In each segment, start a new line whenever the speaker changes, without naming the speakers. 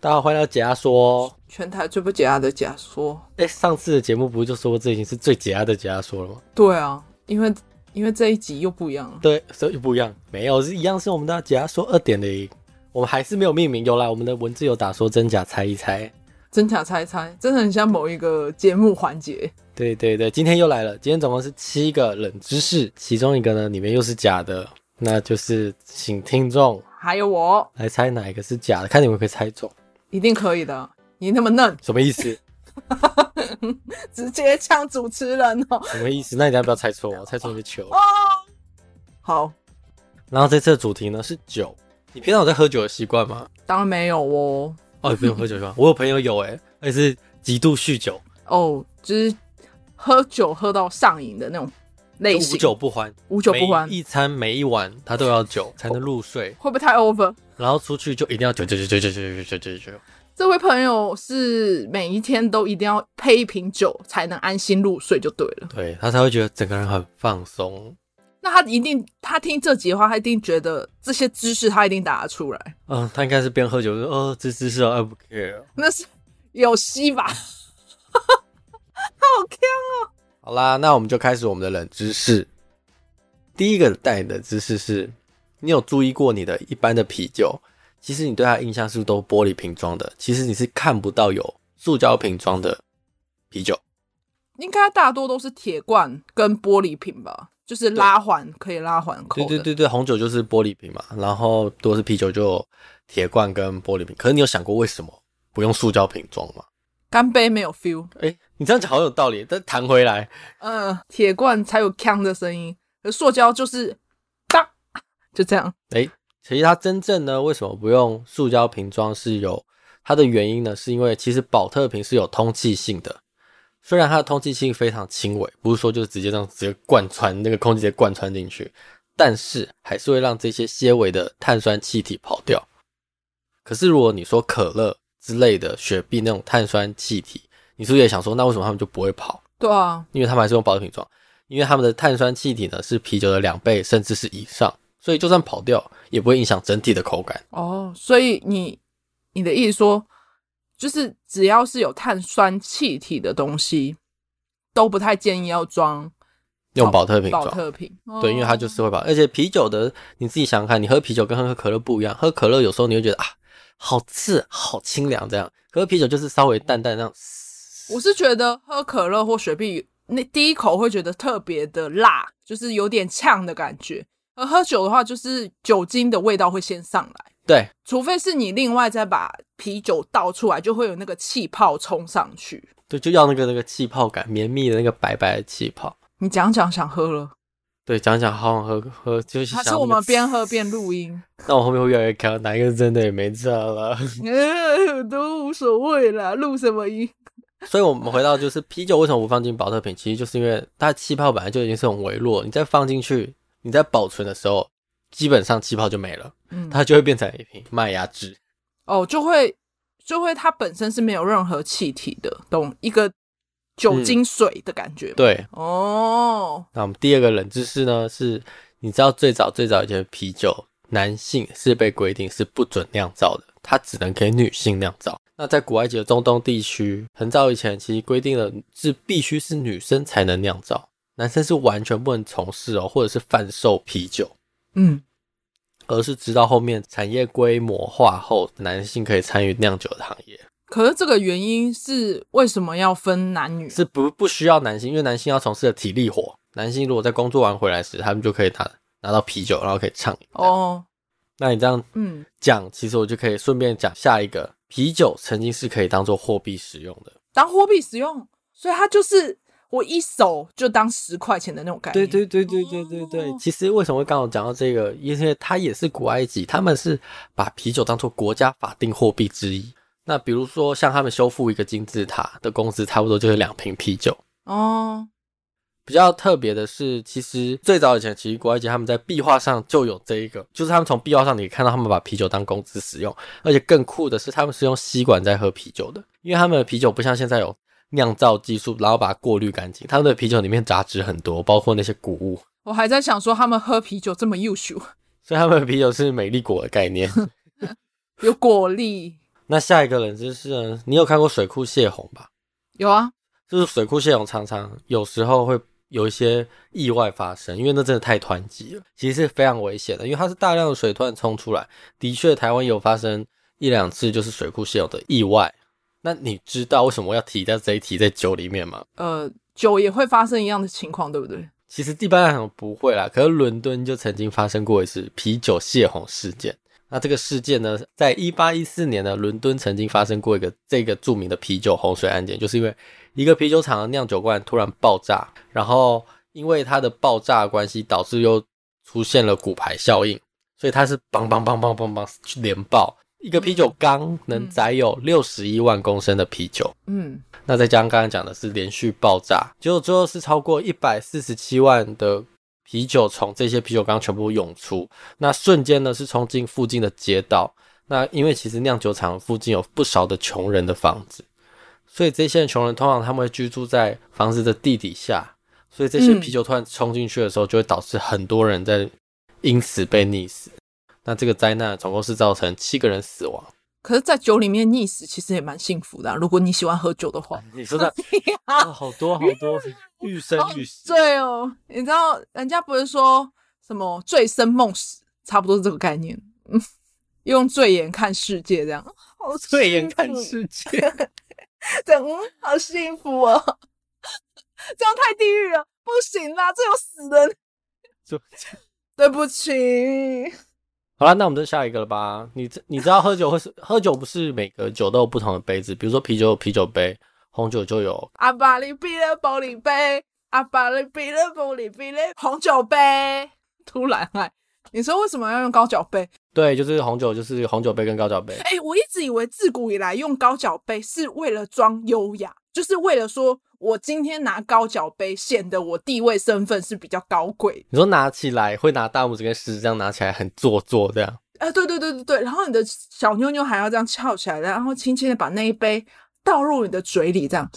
大家好，欢迎来到解压说。
全台最不解压的假说。
哎，上次的节目不是就说过这已经是最解压的解压说了吗？
对啊，因为因为这一集又不一样了。
对，所以不一样，没有是一样，是我们的解压说二点零。我们还是没有命名，有啦，我们的文字有打说真假猜一猜。
真假猜猜，真的很像某一个节目环节。
对对对，今天又来了，今天总共是七个冷知识，其中一个呢里面又是假的，那就是请听众
还有我，
来猜哪一个是假的，看你们可以猜中，
一定可以的。你那么嫩，
什么意 思？
直接呛主持人哦。
什么意思？那你要不要猜错？我哦猜错你就糗了。
好，
然后这次的主题呢是酒，你平常有在喝酒的习惯吗？
当然没有哦。
哦，你不用喝酒 是吧？我有朋友有哎、而且是极度酗酒，
哦，就是喝酒喝到上瘾的那种类
无
型，
酒不欢，
无酒不欢
每，一餐每一晚他都要酒才能入睡，
会不会太 over？
然后出去就一定要酒酒酒酒酒酒酒酒酒酒。
这位朋友是每一天都一定要配一瓶酒才能安心入睡，就对了。
对他才会觉得整个人很放松。
那他一定，他听这集的话，他一定觉得这些知识他一定答得出来。
嗯，他应该是边喝酒就说，哦，这姿势啊，I don't care。
那是有戏吧？
好啦，那我们就开始我们的冷知识。第一个带的知识是，你有注意过你的一般的啤酒，其实你对它的印象是不是都玻璃瓶装的？其实你是看不到有塑胶瓶装的啤酒。
应该大多都是铁罐跟玻璃瓶吧，就是拉环可以拉环口
对
的。
对对对，红酒就是玻璃瓶嘛，然后如果是啤酒就有铁罐跟玻璃瓶。可是你有想过为什么不用塑胶瓶装吗？
干杯没有 feel，
哎，你这样讲好像有道理，但弹回来，
嗯、铁罐才有锵的声音，而塑胶就是当，就这样。
哎，其实它真正呢，为什么不用塑胶瓶装是有它的原因呢？是因为其实保特瓶是有通气性的，虽然它的通气性非常轻微，不是说就是直接这样直接贯穿那个空气直接贯穿进去，但是还是会让这些些微的碳酸气体跑掉。可是如果你说可乐之类的雪碧那种碳酸气体，你是不是也想说，那为什么他们就不会跑？
对啊，
因为他们还是用保特瓶装，因为他们的碳酸气体呢是啤酒的两倍甚至是以上，所以就算跑掉也不会影响整体的口感。
哦，所以你你的意思说，就是只要是有碳酸气体的东西，都不太建议要装
用保特瓶
哦保
装，
特瓶。
对，因为它
哦
就是会跑。而且啤酒的你自己想想看，你喝啤酒跟喝可乐不一样，喝可乐有时候你会觉得啊好刺、好清凉这样，可是啤酒就是稍微淡淡那样。
我是觉得喝可乐或雪碧，那第一口会觉得特别的辣，就是有点呛的感觉。而喝酒的话，就是酒精的味道会先上来，
对，
除非是你另外再把啤酒倒出来，就会有那个气泡冲上去。
对，就要那个那个气泡感，绵密的那个白白的气泡。
你讲讲想喝了，
对，讲讲好想喝喝，就是想
还是
要
我
那
们
个
边喝边录 音，
那我后面会越来越开，哪一个是真的也没知道了。
呃都无所谓啦，录什么音？
所以我们回到就是啤酒为什么不放进保特瓶，其实就是因为它的气泡本来就已经是很微弱，你再放进去，你在保存的时候，基本上气泡就没了，
嗯，
它就会变成一瓶麦芽汁。
哦，就会就会它本身是没有任何气体的，懂一个酒精水的感觉。，
对，
哦，
那我们第二个冷知识呢是，你知道最早最早以前的啤酒，男性是被规定是不准酿造的，它只能给女性酿造。那在古埃及的中东地区，很早以前其实规定了是必须是女生才能酿造，男生是完全不能从事哦，或者是贩售啤酒。
嗯。
而是直到后面产业规模化后，男性可以参与酿酒的行业，
可是这个原因是为什么要分男女？
是不不需要男性，因为男性要从事的体力活，男性如果在工作完回来时，他们就可以拿拿到啤酒，然后可以畅饮。哦，
哦，
那你这样
嗯，
讲，其实我就可以顺便讲下一个，啤酒曾经是可以当做货币使用的。
当货币使用，所以它就是我一手就当十块钱的那种概念。
对对
对对对对
哦其实为什么会刚好讲到这个，因为它也是古埃及，他们是把啤酒当做国家法定货币之一。那比如说，像他们修复一个金字塔的工资，差不多就是两瓶啤酒。
哦，
比较特别的是，其实最早以前，其实国外界他们在壁画上就有这一个，就是他们从壁画上你可以看到他们把啤酒当工资使用，而且更酷的是，他们是用吸管在喝啤酒的，因为他们的啤酒不像现在有酿造技术，然后把它过滤干净，他们的啤酒里面杂质很多，包括那些谷物，
我还在想说他们喝啤酒这么优秀，
所以他们的啤酒是美丽果的概念。
有果粒，
那下一个冷知识呢？你有看过水库泄洪吧？
有啊，
就是水库泄洪常常有时候会有一些意外发生，因为那真的太湍急了，其实是非常危险的，因为它是大量的水突然冲出来。的确，台湾有发生一两次就是水库泄洪的意外。那你知道为什么要提在这一题在酒里面吗？
呃，酒也会发生一样的情况，对不对？
其实一般来讲不会啦，可是伦敦就曾经发生过一次啤酒泄洪事件。那这个事件呢，在一八一四年呢，伦敦曾经发生过一个这个著名的啤酒洪水案件，就是因为一个啤酒厂的酿酒罐突然爆炸，然后因为它的爆炸的关系，导致又出现了骨牌效应，所以它是梆梆梆梆梆梆去连爆。一个啤酒缸能载有六十一万公升的啤酒，
嗯，
那再加上刚刚讲的是连续爆炸，结果最后是超过一百四十七万的啤酒从这些啤酒缸全部涌出，那瞬间呢是冲进附近的街道。那因为其实酿酒厂附近有不少的穷人的房子，所以这些穷人通常他们会居住在房子的地底下，所以这些
嗯
啤酒突然冲进去的时候，就会导致很多人在因此被溺死。那这个灾难总共是造成七个人死亡。
可是，在酒里面溺死其实也蛮幸福的啊、如果你喜欢喝酒的话，
你说的
啊
哦，好多好多，欲生欲死。
醉哦！你知道人家不是说什么醉生梦死，差不多是这个概念。嗯，用醉眼看世界，这样 好
醉 眼看
幸福
世界。
这样嗯，好幸福哦！ 这样太地狱了，不行啦，这有死人。
就
对不起，
好了，那我们就下一个了吧。你知你知道喝酒会是喝酒不是每个酒都有不同的杯子，比如说啤酒有啤酒杯，红酒就有
阿巴里比勒玻璃杯，阿巴里比勒玻璃比勒红酒杯。突然哎，你说为什么要用高脚杯？
对，就是红酒就是红酒杯跟高脚杯。
哎、我一直以为自古以来用高脚杯是为了装优雅，就是为了说我今天拿高脚杯，显得我地位身份是比较高贵。
你说拿起来会拿大拇指跟食指这样拿起来很做作这样，
啊，对对对对对，然后你的小妞妞还要这样翘起来，然后轻轻的把那一杯倒入你的嘴里，这样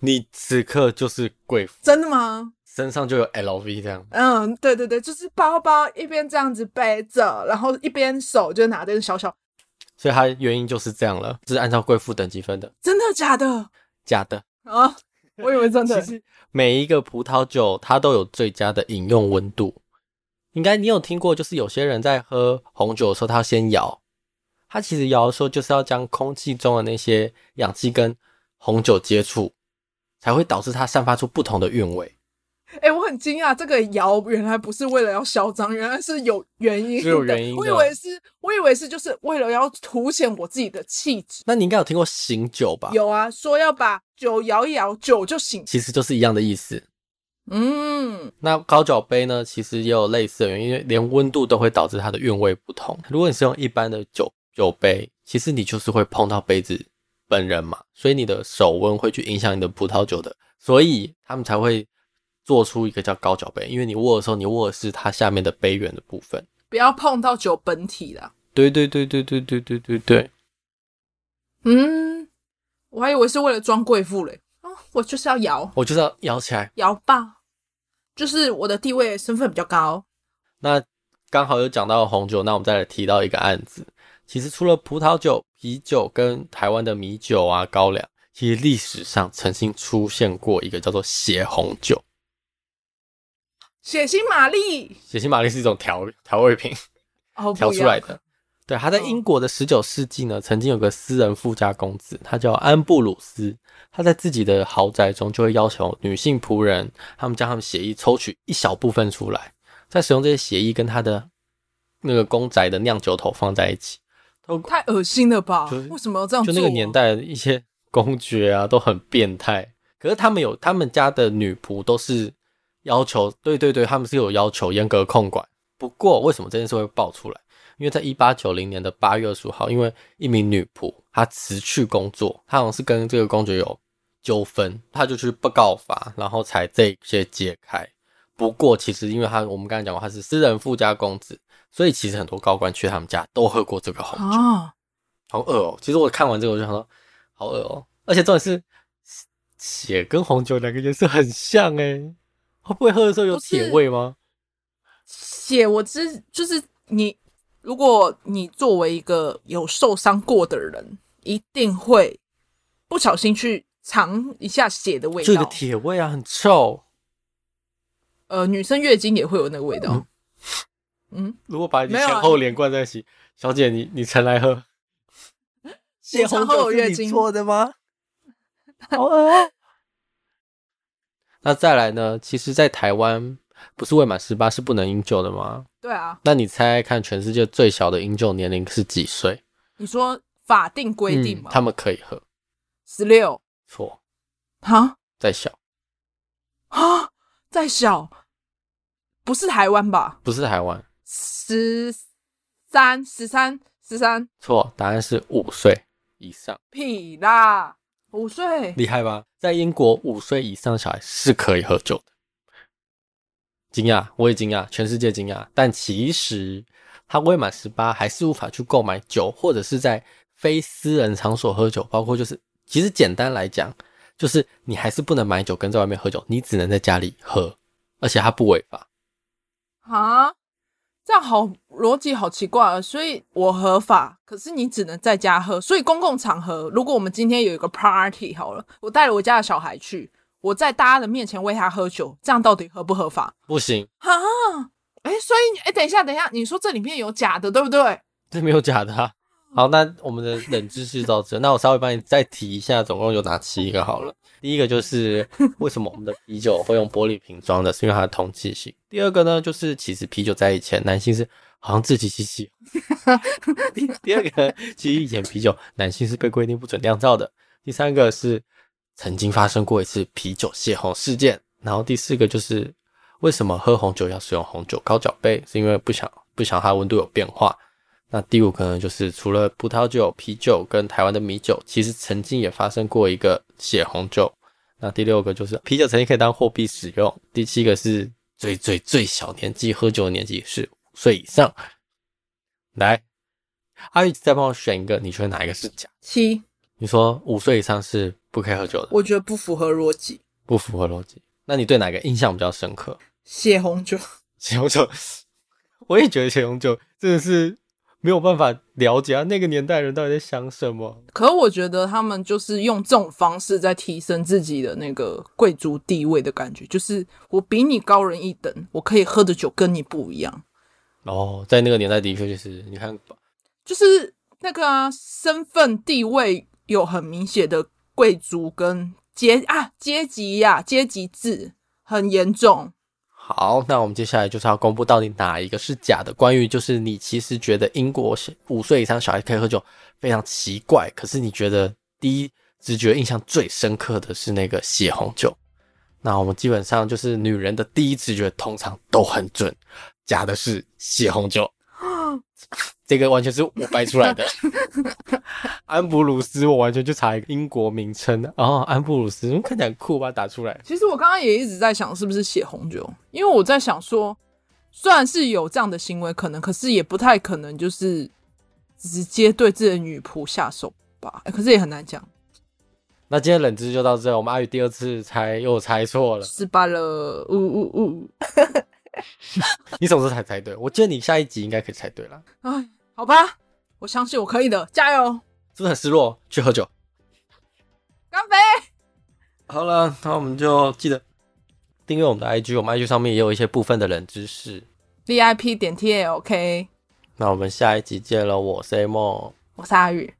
你此刻就是贵妇，
真的吗？
身上就有 LV 这样。
嗯，对对对，就是包包一边这样子背着，然后一边手就拿着个小小，
所以它原因就是这样了，是按照贵妇等级分的，
真的假的
假的。
啊？我以为真的
其，实每一个葡萄酒它都有最佳的饮用温度。应该你有听过，就是有些人在喝红酒的时候，他要先摇，他其实摇的时候就是要将空气中的那些氧气跟红酒接触，才会导致它散发出不同的韵味，
哎、我很惊讶，这个摇原来不是为了要嚣张，原来是有原因的，
是有原因的
我以为是，我以为是就是为了要凸显我自己的气质。
那你应该有听过醒酒吧？，
有啊，说要把酒摇一摇，酒就醒。
其实就是一样的意思。
嗯，
那高脚杯呢，其实也有类似的原因，因为连温度都会导致它的韵味不同。如果你是用一般的酒酒杯，其实你就是会碰到杯子本人嘛，所以你的手温会去影响你的葡萄酒的，所以他们才会做出一个叫高脚杯，因为你握的时候，你握的是它下面的杯缘的部分。
不要碰到酒本体啦。
对对对对对对对对对，
嗯，我还以为是为了装贵妇嘞。哦，我就是要摇
我就是要摇起来。
摇吧，就是我的地位身份比较高。
那刚好有讲到红酒，那我们再来提到一个案子。其实除了葡萄酒、啤酒跟台湾的米酒啊、高粱，其实历史上曾经出现过一个叫做血红酒。
血腥玛丽
血腥玛丽是一种调调味品
哦，不
调出来
要
的。嗯对，他在
哦
英国的十九世纪呢，曾经有个私人富家公子，他叫安布鲁斯，他在自己的豪宅中就会要求女性仆人，他们将他们血液抽取一小部分出来，再使用这些血液跟他的那个公宅的酿酒头放在一起，透过
太恶心了吧
就是？
为什么要这样
就
做、
那个年，代的一些 公爵啊都很变态，可是他们有他们家的女仆都是要求，对对对，他们是有要求严格控管。不过为什么这件事会爆出来？因为在一八九零年的八月二十五号，因为一名女仆她辞去工作，她好像是跟这个公爵有纠纷，她就去不告发，然后才这些揭开。不过其实因为她我们刚才讲过，她是私人富家公子，所以其实很多高官去他们家都喝过这个红酒。
啊，
好恶哦、其实我看完这个我就想说，好恶哦、而且重点是血跟红酒两个颜色很像欸诶、会不会喝的时候有
不是
铁味吗？
血我知就是你如果你作为一个有受伤过的人，一定会不小心去尝一下血的味
就有一
道
个。铁味啊，很臭。
呃，女生月经也会有那个味道。嗯，
如果把你
没有啊
前后脸灌在一起，小姐你你盛来 喝。
血红酒是你做
的吗？好恶、哦那再来呢？其实，在台湾不是未满十八是不能饮酒的吗？
对啊，
那你猜猜看，全世界最小的饮酒年龄是几岁？
你说法定规定
嗯
嘛，
他们可以喝。
十六
错，
哈
再小
啊，再小不是台湾吧？
不是台湾。
十三十三十三
错，答案是五岁以上。
屁啦，五岁
厉害吧？在英国，五岁以上的小孩是可以喝酒的。惊讶，我也惊讶，全世界惊讶。但其实他未满十八，还是无法去购买酒，或者是在非私人场所喝酒，包括就是，其实简单来讲，就是你还是不能买酒跟在外面喝酒，你只能在家里喝，而且它不违法。
啊，这样好逻辑好奇怪啊！所以我合法，可是你只能在家喝。所以公共场合，如果我们今天有一个 party 好了，我带了我家的小孩去，我在大家的面前喂他喝酒，这样到底合不合法？
不行，
哈、啊，哎、所以哎、等一下，等一下，你说这里面有假的，对不对？
这没有假的、啊。好，那我们的冷知识到这，那我稍微帮你再提一下，总共有哪七个好了。第一个就是为什么我们的啤酒会用玻璃瓶装的，是因为它的通气性。第二个呢，就是其实啤酒在以前男性是好像自己吸气。第第二个，其实以前啤酒男性是被规定不准酿造的。第三个是曾经发生过一次啤酒泄洪事件。然后第四个就是为什么喝红酒要使用红酒高脚杯，是因为不想不想它温度有变化。那第五可能就是除了葡萄酒、啤酒跟台湾的米酒，其实曾经也发生过一个血红酒。那第六个就是啤酒曾经可以当货币使用。第七个是最最最小年纪喝酒的年纪是五岁以上。来，阿玉再帮我选一个，你觉得哪一个是假？
七，哎
你说五岁以上是不可以喝酒的，
我觉得不符合逻辑。
不符合逻辑。那你对哪个印象比较深刻？
血红酒，
血红酒， 我也觉得血红酒真的是没有办法了解啊，那个年代人到底在想什么。
可我觉得他们就是用这种方式在提升自己的那个贵族地位的感觉，就是我比你高人一等，我可以喝的酒跟你不一样，
哦，在那个年代的确就是，你看，
就是那个啊，身份地位有很明显的贵族跟阶啊阶级呀、阶级制很严重。
好，那我们接下来就是要公布到底哪一个是假的。关于就是你其实觉得英国小五岁以上小孩可以喝酒非常奇怪，可是你觉得第一直觉印象最深刻的是那个血红酒。那我们基本上就是女人的第一直觉通常都很准，假的是血红酒，这个完全是我掰出来的。安布鲁斯，我完全就查一个英国名称，然后安布鲁斯嗯看起来很酷吧，打出来。
其实我刚刚也一直在想，是不是血红酒？因为我在想说，虽然是有这样的行为可能，可是也不太可能就是直接对自己的女仆下手吧。哎诶可是也很难讲，
那今天冷知识就到这，我们阿宇第二次猜又猜错 了。
失败了，呜呜呜，
你什么时候才猜对？我记得你下一集应该可以猜对了，
哎，好吧，我相信我可以的，加油，
是不是很失落？去喝酒。
干杯！
好了，那我们就记得订阅我们的 IG，我们 IG 上面也有一些部分的冷知识。
VIP 点 T L K，
那我们下一集见喽，我是 A 梦。
我是阿宇，